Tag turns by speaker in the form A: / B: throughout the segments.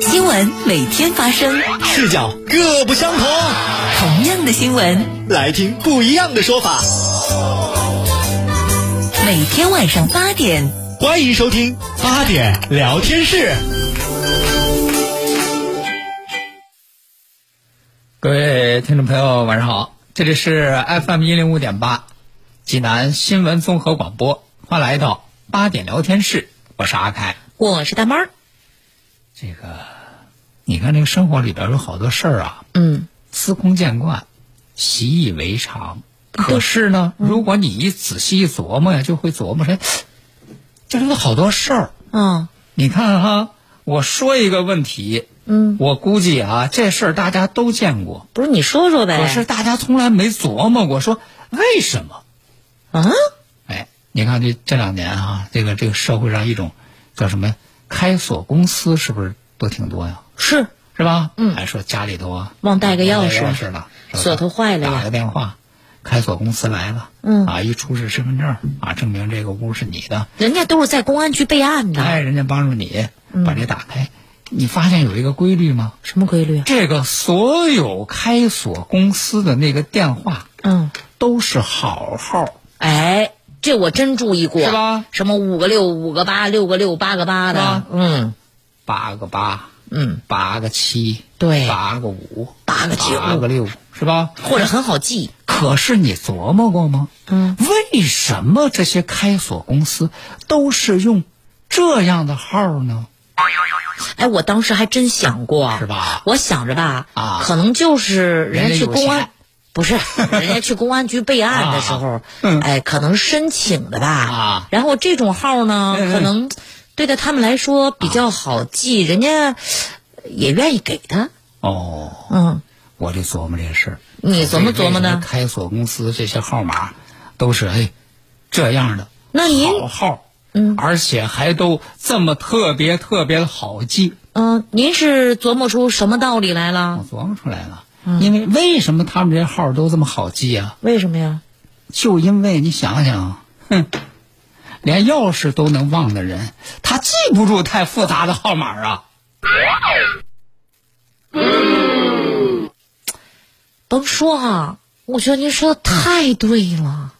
A: 新闻每天发生，
B: 视角各不相同，
A: 同样的新闻，
B: 来听不一样的说法。
A: 每天晚上八点，
B: 欢迎收听八点聊天室。
C: 各位听众朋友，晚上好，这里是 FM 一零五点八，济南新闻综合广播，欢迎来到八点聊天室，我是阿凯。
A: 我是大猫儿。
C: 这个，你看这个生活里边有好多事儿啊，
A: 嗯，
C: 司空见惯，习以为常。可是呢，如果你一仔细一琢磨呀，就会琢磨出来，哎这里有好多事儿。
A: 嗯
C: 你看哈，我说一个问题，
A: 嗯，
C: 我估计啊，这事儿大家都见过，
A: 不是你说说呗？
C: 可是大家从来没琢磨过，说为什么？
A: 啊，
C: 哎，你看这这两年啊，这个这个社会上一种叫什么开锁公司，是不是都挺多呀？
A: 是
C: 是吧？
A: 嗯
C: 还说家里头啊
A: 忘带个钥匙
C: 忘带钥匙了，是吧
A: 锁头坏了呀
C: 打个电话，开锁公司来了，
A: 嗯
C: 啊，一出示身份证啊，证明这个屋是你的，
A: 人家都是在公安局备案的，
C: 哎，人家帮助你把这打开，你发现有一个规律吗？
A: 什么规律啊？
C: 这个所有开锁公司的那个电话
A: 嗯，
C: 都是好号，
A: 哎，这我真注意过，
C: 是吧？
A: 什么五个六、五个八、六个六、八个八
C: 是
A: 的
C: 吧，
A: 嗯
C: 八个八，
A: 嗯，
C: 八个七，
A: 对
C: 八个五，
A: 八个九
C: 八个六，是吧？
A: 或者很好记，
C: 可是你琢磨过吗？
A: 嗯，
C: 为什么这些开锁公司都是用这样的号呢？
A: 哎，我当时还真想过，啊
C: 是吧
A: 我想着吧，
C: 啊
A: 可能就是人家去公
C: 人家有
A: 安
C: 钱，
A: 不是人家去公安局备案的时候，
C: 嗯
A: 哎，可能申请的吧，
C: 啊
A: 然后这种号呢，
C: 嗯嗯
A: 可能对待他们来说比较好记，人家也愿意给他，
C: 哦，
A: 嗯，
C: 我就琢磨这事儿。
A: 你琢磨琢磨呢
C: 为什么开锁公司这些号码都是哎这样的，
A: 那您
C: 好号，嗯，而且还都这么特别特别的好记，
A: 嗯、您是琢磨出什么道理来
C: 我
A: 了？
C: 琢磨出来了。
A: 嗯
C: 因为为什么他们这号都这么好记啊？
A: 为什么呀？
C: 就因为你想想，哼，连钥匙都能忘的人，他记不住太复杂的号码啊。
A: 甭说哈、我觉得您说的太对了，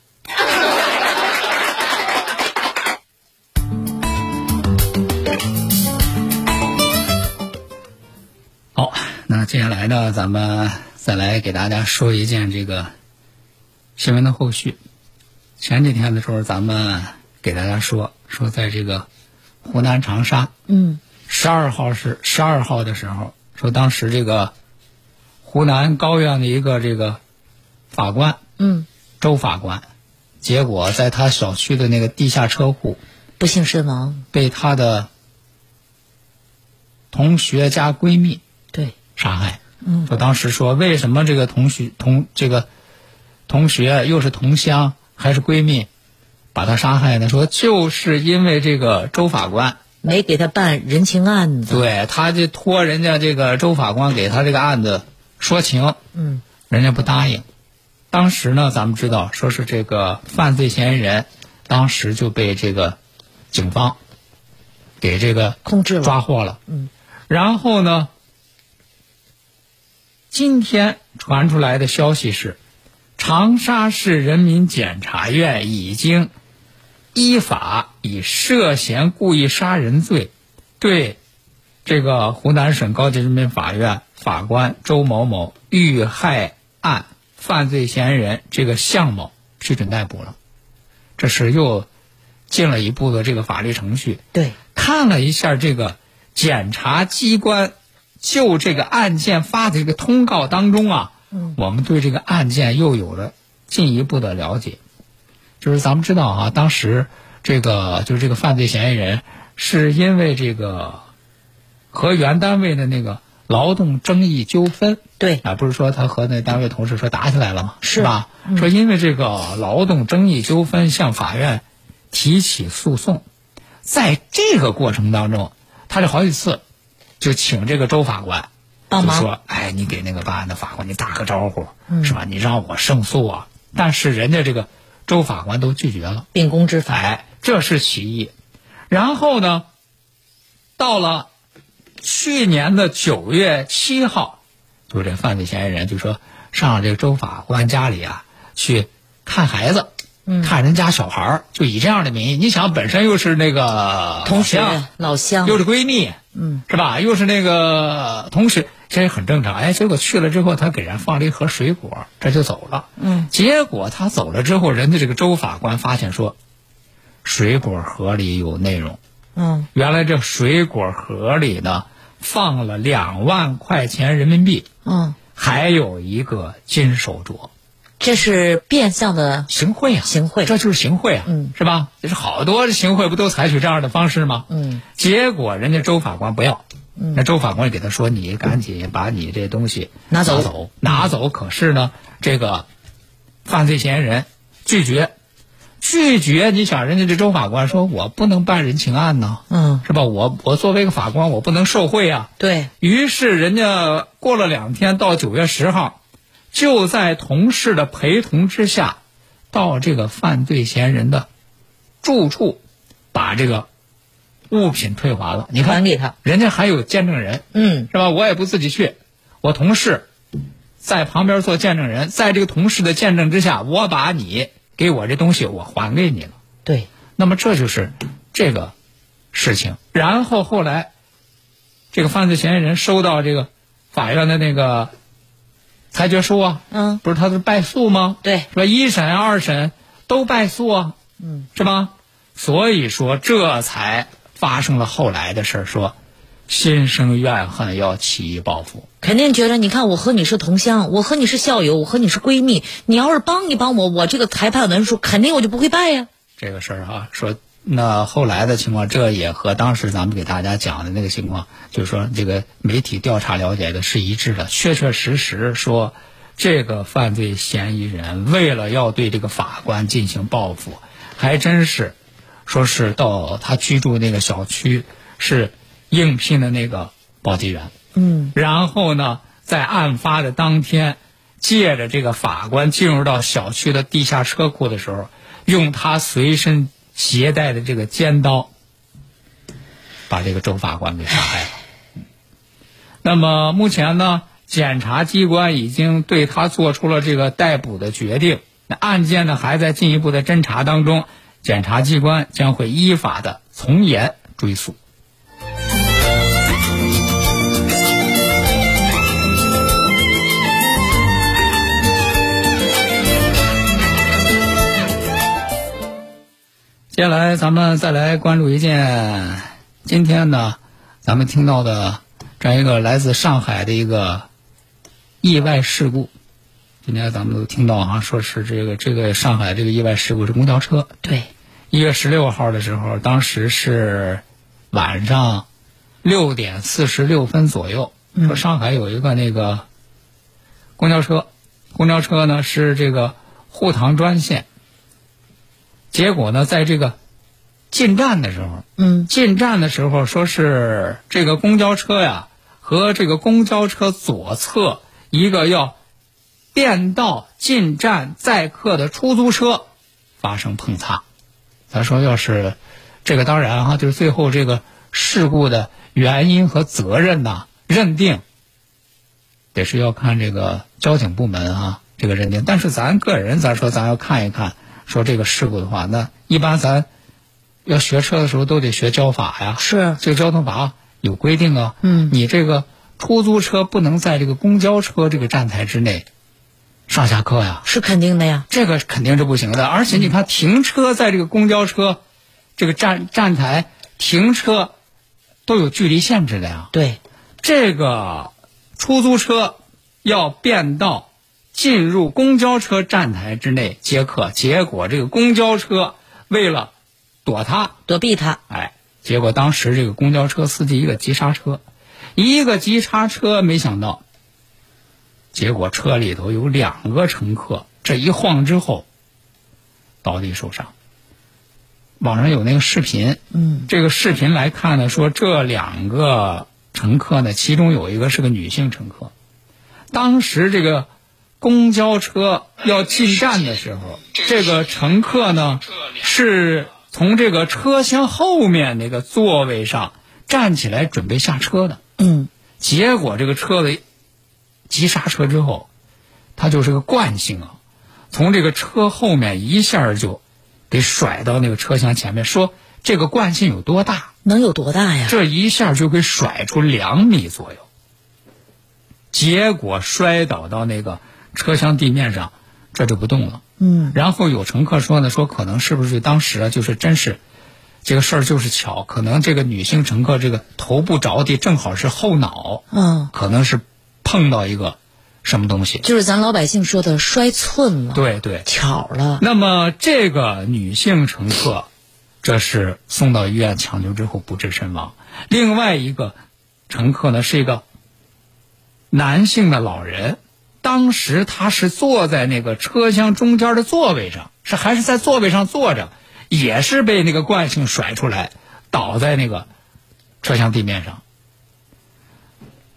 C: 好，那接下来呢，咱们再来给大家说一件这个新闻的后续。前几天的时候，咱们给大家说说，在这个湖南长沙
A: 嗯
C: 十二号是十二号的时候，说当时这个湖南高院的一个这个法官
A: 嗯，
C: 周法官，结果在他小区的那个地下车库
A: 不幸身亡，
C: 被他的同学加闺蜜
A: 对，
C: 杀害。嗯，就当时说，为什么这个同学同这个同学啊又是同乡还是闺蜜，把他杀害呢？说就是因为这个周法官，
A: 没给他办人情案子，
C: 对，他就托人家这个周法官给他这个案子说情，
A: 嗯。
C: 人家不答应。当时呢，咱们知道说是这个犯罪嫌疑人，当时就被这个警方给这个
A: 控制了
C: 抓获了。嗯，然后呢，今天传出来的消息是，长沙市人民检察院已经依法以涉嫌故意杀人罪对这个湖南省高级人民法院法官周某某遇害案犯罪嫌疑人这个项某批准逮捕了，这是又进了一步的这个法律程序。
A: 对，
C: 看了一下这个检察机关就这个案件发的这个通告当中啊，我们对这个案件又有了进一步的了解。就是咱们知道啊，当时这个就是这个犯罪嫌疑人是因为这个和原单位的那个劳动争议纠纷，
A: 对
C: 啊，不是说他和那单位同事说打起来了吗？
A: 是嗯
C: 吧？说因为这个劳动争议纠纷向法院提起诉讼，在这个过程当中，他这好几次就请这个周法官
A: 帮忙嗯
C: 就说：“哎，你给那个办案的法官你打个招呼，是吧？你让我胜诉啊！”但是人家这个周法官都拒绝了，
A: 秉公执法。
C: 哎，这是其一。然后呢，到了去年的九月七号，就是这犯罪嫌疑人就说上这个周法官家里啊去看孩子。
A: 嗯
C: 看人家小孩儿，就以这样的名义，你想本身又是那个
A: 同学
C: 老乡、
A: 老乡，
C: 又是闺蜜，嗯，是吧？又是那个同事，这也很正常。哎，结果去了之后，他给人放了一盒水果，这就走了。嗯，结果他走了之后，人家这个周法官发现说，水果盒里有内容。
A: 嗯，
C: 原来这水果盒里呢放了两万块钱人民币，
A: 嗯，
C: 还有一个金手镯，
A: 这是变相的，
C: 行贿啊，
A: 行贿
C: 这就是行贿啊，
A: 嗯，
C: 是吧？就是好多行贿不都采取这样的方式吗？
A: 嗯，
C: 结果人家周法官不要，那周法官就给他说：“你赶紧把你这东西
A: 拿走
C: 拿走。拿走可是呢，这个犯罪嫌疑人拒绝，拒绝。你想，人家这周法官说：“我不能办人情案呢，
A: 嗯，
C: 是吧？我我作为一个法官，我不能受贿啊。”
A: 对，
C: 于是人家过了两天，到九月十号，就在同事的陪同之下，到这个犯罪嫌疑人的住处，把这个物品退还了。你看，
A: 还给他，
C: 人家还有见证人，
A: 嗯，
C: 是吧？我也不自己去，我同事在旁边做见证人，在这个同事的见证之下，我把你给我这东西我还给你了。
A: 对，
C: 那么这就是这个事情。然后后来，这个犯罪嫌疑人收到这个法院的那个裁决书啊，
A: 嗯
C: 不是他是败诉吗？
A: 对
C: 是吧？一审、二审都败诉啊，嗯，是吧？所以说，这才发生了后来的事儿，说心生怨恨，要起义报复。
A: 肯定觉得，你看我和你是同乡，我和你是校友，我和你是闺蜜，你要是帮一帮我，我这个裁判文书肯定我就不会办呀。
C: 这个事儿啊，说那后来的情况，这也和当时咱们给大家讲的那个情况，就是说这个媒体调查了解的是一致的，确确实实说这个犯罪嫌疑人为了要对这个法官进行报复，还真是说是到他居住那个小区是应聘的那个保洁员，嗯，然后呢，在案发的当天，借着这个法官进入到小区的地下车库的时候，用他随身携带的这个尖刀，把这个周法官给杀害了。那么目前呢，检察机关已经对他做出了这个逮捕的决定。那案件呢还在进一步的侦查当中，检察机关将会依法的从严追诉。接下来咱们再来关注一件，今天呢，咱们听到的这样一个来自上海的一个意外事故。今天咱们都听到啊，说是这个这个上海这个意外事故是公交车，
A: 对，
C: 一月十六号的时候，当时是晚上六点四十六分左右，
A: 嗯
C: 说上海有一个那个公交车，公交车呢是这个沪唐专线，结果呢在这个进站的时候，
A: 嗯，
C: 进站的时候说是这个公交车呀和这个公交车左侧一个要变道进站载客的出租车发生碰擦。咱说要是这个当然哈、就是最后这个事故的原因和责任呐、认定，得是要看这个交警部门啊这个认定。但是咱个人，咱说咱要看一看，说这个事故的话，那一般咱要学车的时候都得学交法呀，
A: 是
C: 这个交通法有规定啊，
A: 嗯
C: 你这个出租车不能在这个公交车这个站台之内上下客呀，
A: 是肯定的呀。
C: 这个肯定是不行的。而且你看，停车在这个公交车这个站站台停车都有距离限制的呀。
A: 对，
C: 这个出租车要变道进入公交车站台之内接客，结果这个公交车为了躲他，
A: 躲避他，
C: 哎，结果当时这个公交车司机一个急刹车，一个急刹车，没想到，结果车里头有两个乘客，这一晃之后，倒地受伤。网上有那个视频，
A: 嗯，
C: 这个视频来看呢，说这两个乘客呢，其中有一个是个女性乘客，当时这个公交车要进站的时候，这个乘客呢是从这个车厢后面那个座位上站起来准备下车的，
A: 嗯，
C: 结果这个车子急刹车之后，他就是个惯性啊，从这个车后面一下就给甩到那个车厢前面，说这个惯性有多大？
A: 能有多大呀？
C: 这一下就给甩出两米左右，结果摔倒到那个车厢地面上，这就不动了。
A: 嗯
C: 然后有乘客说呢，说可能是不是当时啊，就是真是这个事儿就是巧，可能这个女性乘客这个头部着地正好是后脑，
A: 嗯，
C: 可能是碰到一个什么东西。
A: 就是咱老百姓说的摔寸了，，
C: 对对，
A: 巧了，
C: 那么这个女性乘客，这是送到医院抢救之后不治身亡。另外一个乘客呢是一个男性的老人，当时他是坐在那个车厢中间的座位上，是还是在座位上坐着，也是被那个惯性甩出来，倒在那个车厢地面上。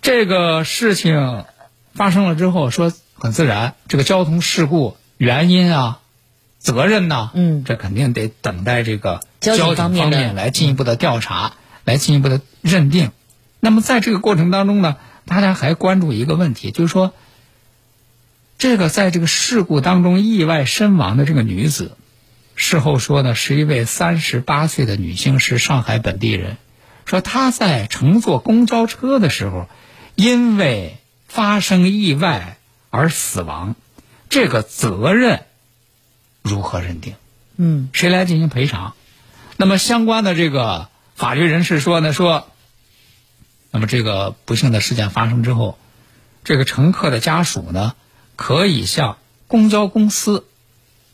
C: 这个事情发生了之后，说很自然，这个交通事故原因啊、责任呐、
A: 嗯
C: 这肯定得等待这个
A: 交警
C: 警
A: 方
C: 方
A: 面的
C: 面来进一步的调查，来进一步的认定。那么在这个过程当中呢，大家还关注一个问题，就是说，这个在这个事故当中意外身亡的这个女子，事后说呢，是一位三十八岁的女性，是上海本地人。说她在乘坐公交车的时候，因为发生意外而死亡，这个责任如何认定？
A: 嗯
C: 谁来进行赔偿？那么相关的这个法律人士说呢，说，那么这个不幸的事件发生之后，这个乘客的家属呢，可以向公交公司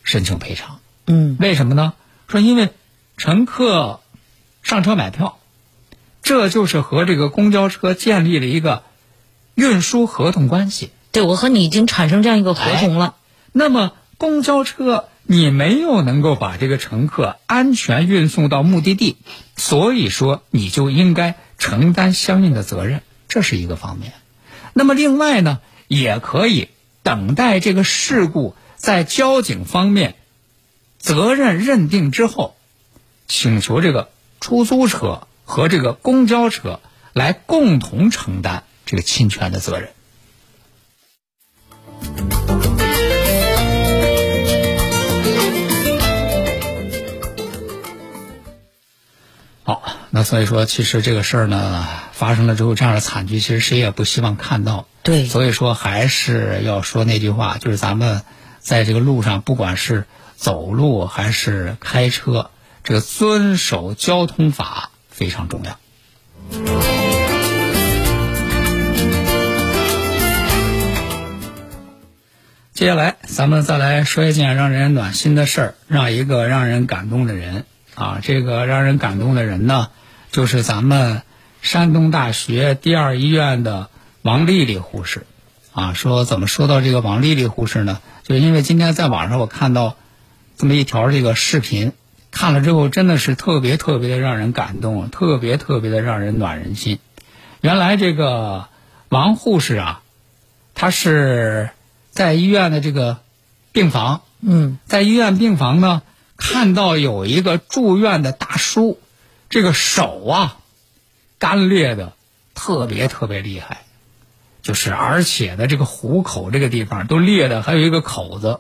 C: 申请赔偿。
A: 嗯
C: 为什么呢？说因为乘客上车买票，这就是和这个公交车建立了一个运输合同关系。
A: 对我和你已经产生这样一个合同了，
C: 那么公交车你没有能够把这个乘客安全运送到目的地，所以说你就应该承担相应的责任，这是一个方面。那么另外呢，也可以等待这个事故在交警方面责任认定之后，请求这个出租车和这个公交车来共同承担这个侵权的责任。好，那所以说，其实这个事儿呢，发生了之后，这样的惨剧，其实谁也不希望看到。
A: 对
C: 所以说还是要说那句话，就是咱们在这个路上，不管是走路还是开车，这个遵守交通法非常重要。接下来，咱们再来说一件让人暖心的事儿，让一个让人感动的人啊，这个让人感动的人呢，就是咱们山东大学第二医院的王丽丽护士啊。说怎么说到这个王丽丽护士呢？就因为今天在网上我看到这么一条这个视频，看了之后真的是特别特别的让人感动，特别特别的让人暖人心。原来这个王护士啊，她是在医院的这个病房，
A: 嗯
C: 在医院病房呢，看到有一个住院的大叔，这个手啊，干裂的特别特别厉害，就是而且呢，这个虎口这个地方都裂的，还有一个口子。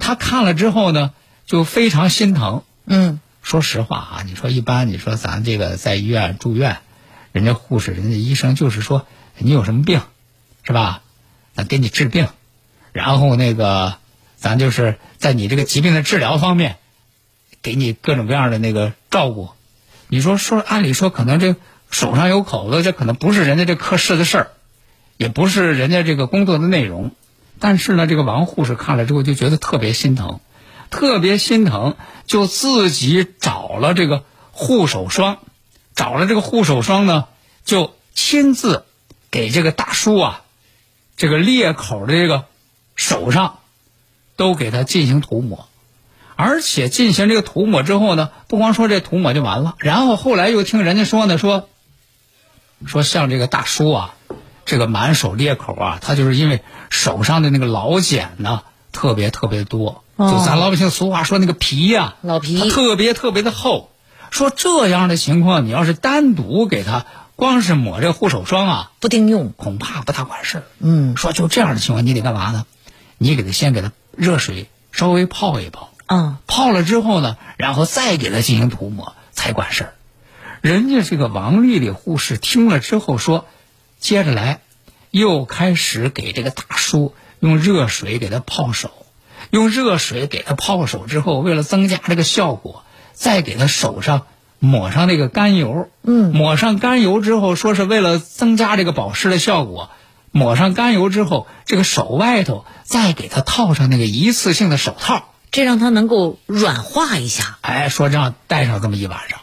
C: 他看了之后呢，就非常心疼，
A: 嗯，
C: 说实话啊，你说一般，你说咱这个在医院住院，人家护士、人家医生就是说你有什么病，是吧？咱给你治病，然后那个咱就是在你这个疾病的治疗方面，给你各种各样的那个照顾。你说说，按理说可能这手上有口子，这可能不是人家这科室的事儿，也不是人家这个工作的内容，但是呢，这个王护士看了之后就觉得特别心疼，特别心疼，就自己找了这个护手霜，找了这个护手霜呢，就亲自给这个大叔啊，这个裂口的这个手上，都给他进行涂抹。而且进行这个涂抹之后呢，不光说这涂抹就完了，然后后来又听人家说呢，说说像这个大叔啊，这个满手裂口啊，他就是因为手上的那个老茧呢特别特别多，
A: 哦
C: 就咱老百姓俗话说那个皮呀、
A: 老皮
C: 它特别特别的厚。说这样的情况，你要是单独给他光是抹这护手霜啊，
A: 不顶用。
C: 恐怕不大管事儿。
A: 嗯
C: 说就这样的情况，你得干嘛呢？你给他先给他热水稍微泡一泡。
A: 啊，
C: 泡了之后呢，然后再给它进行涂抹才管事儿。人家这个王丽丽护士听了之后说，接着来，又开始给这个大叔用热水给他泡手，用热水给他泡手之后，为了增加这个效果，再给他手上抹上那个甘油。
A: 嗯
C: 抹上甘油之后，说是为了增加这个保湿的效果。抹上甘油之后，这个手外头再给他套上那个一次性的手套。
A: 这让它能够软化一下。
C: 哎，说让带上这么一晚上，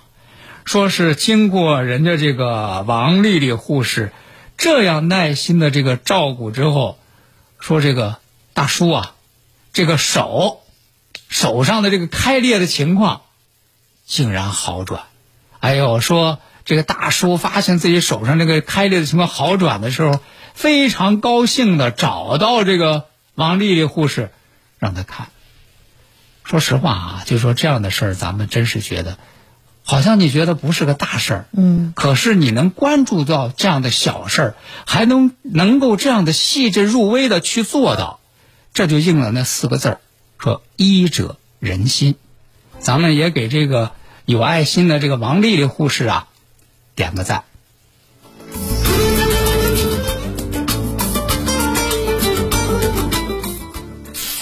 C: 说是经过人家这个王丽丽护士这样耐心的这个照顾之后，说这个大叔啊，这个手手上的这个开裂的情况竟然好转。哎呦，说这个大叔发现自己手上这个开裂的情况好转的时候，非常高兴的找到这个王丽丽护士，让她看。说实话啊，就说这样的事儿，咱们真是觉得，好像你觉得不是个大事儿，
A: 嗯，
C: 可是你能关注到这样的小事儿，还能能够这样的细致入微的去做到，这就应了那四个字儿，说医者仁心。咱们也给这个有爱心的这个王丽丽护士啊，点个赞。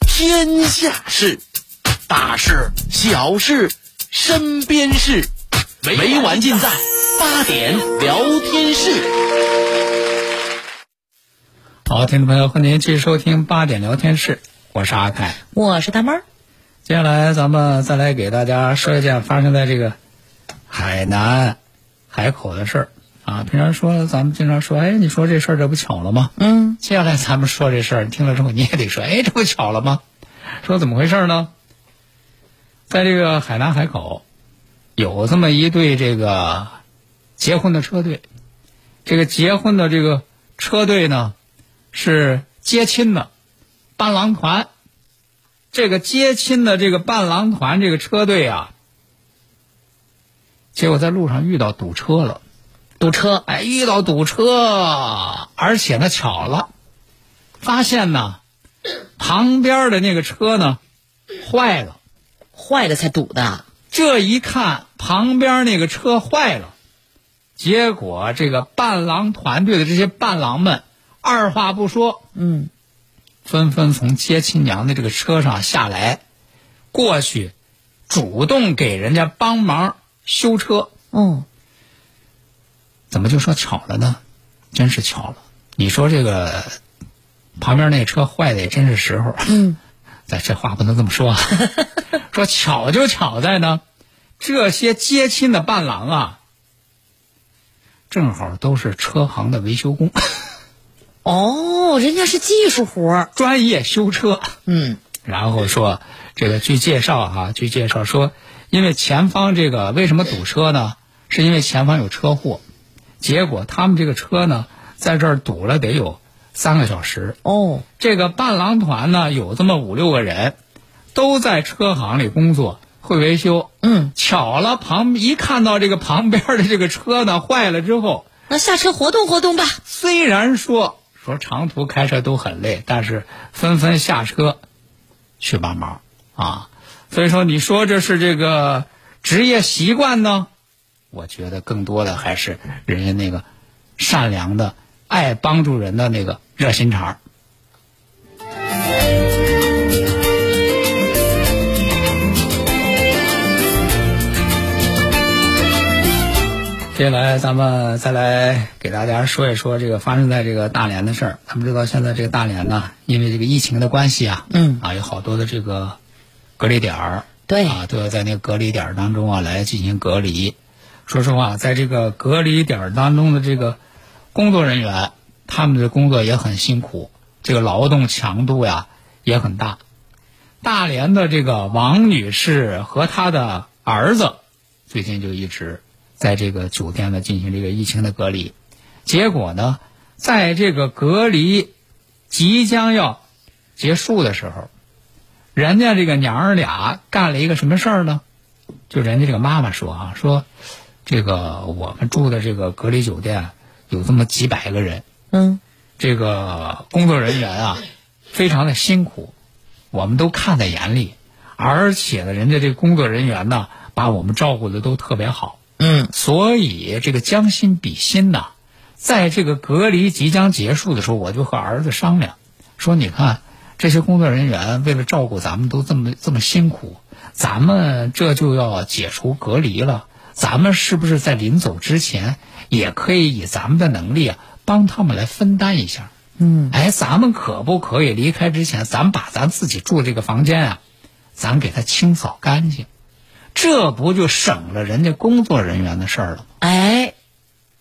D: 天下事，大事、小事、身边事，每晚尽在八点聊天室。
C: 好，听众朋友，欢迎您继续收听八点聊天室，我是阿凯。
A: 我是大妹儿，
C: 接下来咱们再来给大家说一件发生在这个海南海口的事儿啊。平常说咱们经常说，哎，你说这事儿这不巧了吗？
A: 嗯，
C: 接下来咱们说这事儿，你听了之后你也得说， 哎，这不巧了吗？说怎么回事呢？在这个海南海口，有这么一对这个结婚的车队，这个结婚的这个车队呢是接亲的伴郎团。这个接亲的这个伴郎团这个车队啊，结果在路上遇到堵车了。
A: 堵车，
C: 哎，遇到堵车，而且呢，巧了，发现呢，旁边的那个车呢，坏了。
A: 坏了才堵的。
C: 这一看，旁边那个车坏了，结果这个伴郎团队的这些伴郎们，二话不说，
A: 嗯，
C: 纷纷从接亲娘的这个车上下来，过去，主动给人家帮忙修车。
A: 哦，
C: 怎么就说巧了呢？真是巧了！你说这个旁边那车坏的也真是时候。
A: 嗯，
C: 咱这话不能这么说啊。说巧就巧在呢，这些接亲的伴郎啊，正好都是车行的维修工，
A: 哦，人家是技术活儿。
C: 专业修车。
A: 嗯，
C: 然后说这个据介绍哈、据介绍说，因为前方这个为什么堵车呢？是因为前方有车祸，结果他们这个车呢在这儿堵了得有三个小时。
A: 哦，
C: 这个伴郎团呢有这么五六个人，都在车行里工作，会维修。
A: 嗯，
C: 巧了旁一看到这个旁边的这个车呢坏了之后，
A: 那下车活动活动吧。
C: 虽然说说长途开车都很累，但是纷纷下车去拔毛啊。所以说，你说这是这个职业习惯呢？我觉得更多的还是人家那个善良的、爱帮助人的那个热心肠儿。接下来咱们再来给大家说一说这个发生在这个大连的事儿。咱们知道现在这个大连呢，因为这个疫情的关系啊，
A: 嗯
C: 啊有好多的这个隔离点儿，
A: 对
C: 啊都要在那个隔离点儿当中啊来进行隔离。说实话，在这个隔离点儿当中的这个工作人员，他们的工作也很辛苦，这个劳动强度呀也很大。大连的这个王女士和她的儿子，最近就一直在这个酒店呢进行这个疫情的隔离。结果呢，在这个隔离即将要结束的时候，人家这个娘儿俩干了一个什么事儿呢？就人家这个妈妈说啊，说这个我们住的这个隔离酒店有这么几百个人，
A: 嗯，
C: 这个工作人员啊，非常的辛苦，我们都看在眼里，而且呢，人家这个工作人员呢，把我们照顾的都特别好，
A: 嗯，
C: 所以这个将心比心呐，在这个隔离即将结束的时候，我就和儿子商量，说你看这些工作人员为了照顾咱们都这么这么辛苦，咱们这就要解除隔离了，咱们是不是在临走之前也可以以咱们的能力啊，帮他们来分担一下？嗯，哎，咱们可不可以离开之前，咱们把咱自己住这个房间啊，咱给它清扫干净？这不就省了人家工作人员的事儿了吗？
A: 哎，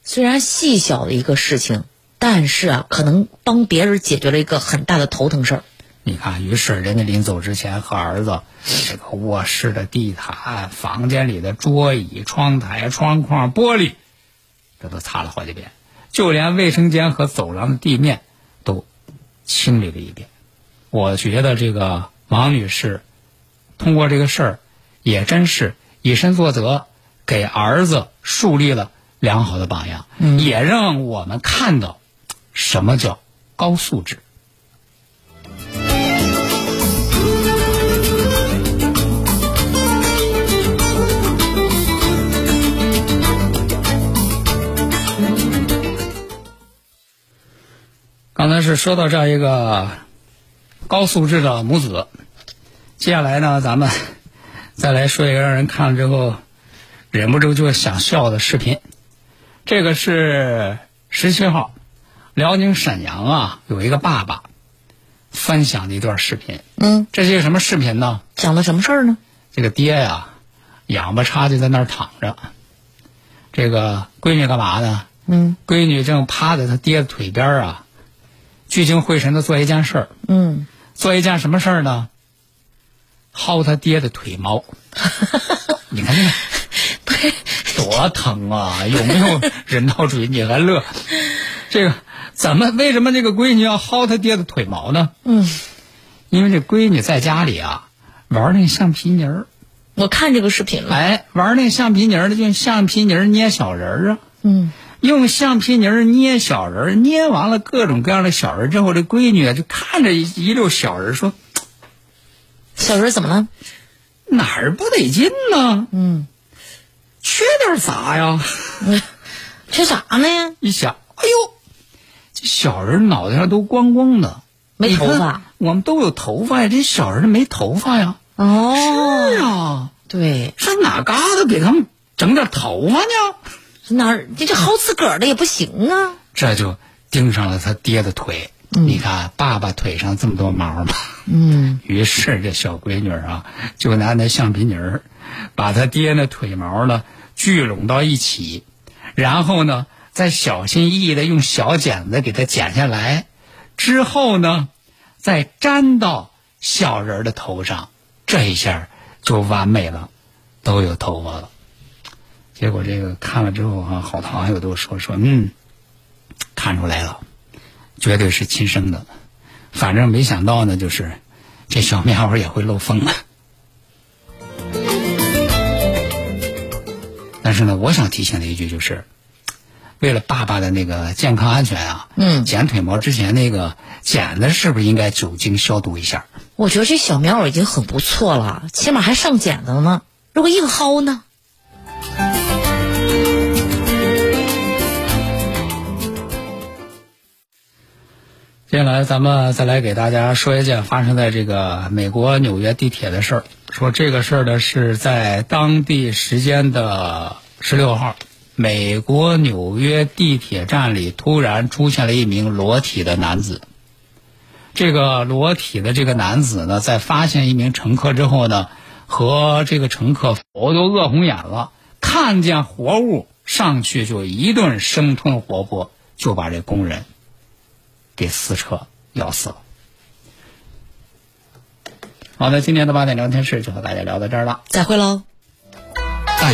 A: 虽然细小的一个事情，但是啊，可能帮别人解决了一个很大的头疼事儿。
C: 你看，于是人家临走之前和儿子，这个卧室的地毯、房间里的桌椅、窗台、窗框、玻璃，这都擦了好几遍，就连卫生间和走廊的地面都清理了一遍。我觉得这个王女士通过这个事儿，也真是以身作则，给儿子树立了良好的榜样，也让我们看到什么叫高素质。刚才是说到这样一个高素质的母子，接下来呢，咱们再来说一个让人看了之后忍不住就想笑的视频。这个是十七号，辽宁沈阳啊，有一个爸爸分享的一段视频。
A: 嗯，
C: 这是一个什么视频呢？
A: 讲了什么事儿呢？
C: 这个爹呀、仰巴叉就在那儿躺着，这个闺女干嘛呢？
A: 嗯
C: 闺女正趴在她爹的腿边儿啊，聚精会神的做一件事儿，
A: 嗯，
C: 做一件什么事儿呢？薅他爹的腿毛。你看这个多疼啊！有没有人道主义？你还乐？这个怎么？为什么这个闺女要薅她爹的腿毛呢？嗯，因为这闺女在家里啊玩那橡皮泥儿，
A: 我看这个视频了。
C: 哎，玩那橡皮泥儿的，就用橡皮泥儿捏小人儿啊。
A: 嗯，
C: 用橡皮泥儿捏小人儿，捏完了各种各样的小人儿之后，这闺女啊就看着一一溜小人儿说
A: 小人怎么了？
C: 哪儿不得劲呢？
A: 嗯，
C: 缺点啥呀？
A: 缺啥呢？
C: 一想，哎呦，这小人脑袋上都光光的，
A: 没头发
C: 你看我们都有头发呀，这小人没头发呀。
A: 哦，
C: 是啊，
A: 对，
C: 上哪嘎达给他们整点头发呢？
A: 哪儿你这薅自个儿的也不行啊。
C: 这就盯上了他爹的腿。你看，爸爸腿上这么多毛吧。嗯。 于是这小闺女儿啊，就拿那橡皮泥儿，把他爹那腿毛呢聚拢到一起，然后呢，再小心翼翼的用小剪子给它剪下来，之后呢，再粘到小人儿的头上，这一下就完美了，都有头发了。结果这个看了之后啊，好多网友都说说，嗯，看出来了，绝对是亲生的。反正没想到呢，就是这小棉袄也会漏风了。但是呢，我想提醒的一句就是，为了爸爸的那个健康安全啊，
A: 嗯
C: 剪腿毛之前那个剪的是不是应该酒精消毒一下？
A: 我觉得这小棉袄已经很不错了，起码还上茧子呢。如果硬薅呢？
C: 接下来咱们再来给大家说一件发生在这个美国纽约地铁的事儿。说这个事儿呢是在当地时间的十六号，美国纽约地铁站里突然出现了一名裸体的男子。这个裸体的这个男子呢，在发现一名乘客之后呢，和这个乘客我都饿红眼了，看见活物上去就一顿生吞活剥，就把这工人给撕扯咬死了。好的，今天的八点聊天室就和大家聊到这儿了。
A: 再会喽。
E: 大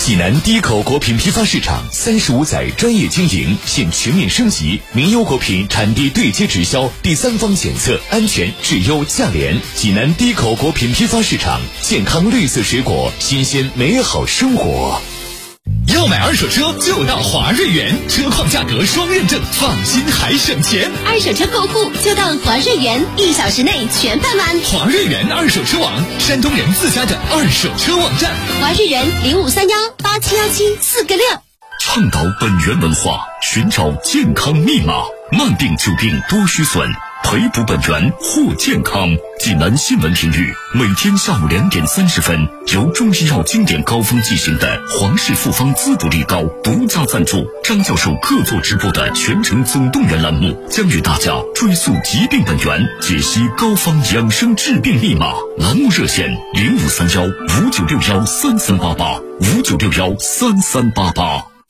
F: 济南低口果品批发市场三十五载专业经营，现全面升级，名优果品产地对接直销，第三方检测安全质优价廉。济南低口果品批发市场，健康绿色水果，新鲜美好生活。
E: 要买二手车就到华瑞源，车况价格双认证，放心还省钱。
G: 二手车过户就到华瑞源，一小时内全办完。
E: 华瑞源二手车网，山东人自家的二手车网站。
G: 华瑞源零五三幺八七幺七四个六。
E: 倡导本源文化，寻找健康密码。慢病久病多虚损，培补本源获健康。济南新闻频率每天下午两点三十分，由中医药经典膏方进行的皇氏复方滋补力膏独家赞助，张教授客座直播的全程总动员栏目，将与大家追溯疾病本源，解析膏方养生治病密码。栏目热线零五三幺五九六幺三三八八五九六幺三三八八。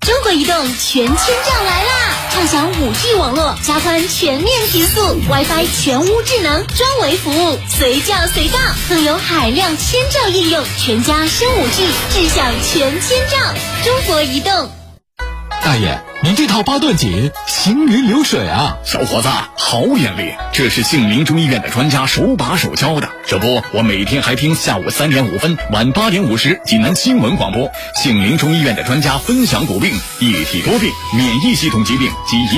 G: 中国移动全千兆来啦！畅享 5G 网络，加宽全面提速，WiFi 全屋智能专为服务，随叫随到，更有海量千兆应用，全家升 5G，智享全千兆。中国移动。
F: 大爷，您这套八段锦行云流水啊！
E: 小伙子，好眼力！这是杏林中医院的专家手把手教的。这不，我每天还听下午三点五分、晚八点五十济南新闻广播，杏林中医院的专家分享骨病、一体多病、免疫系统疾病及疑。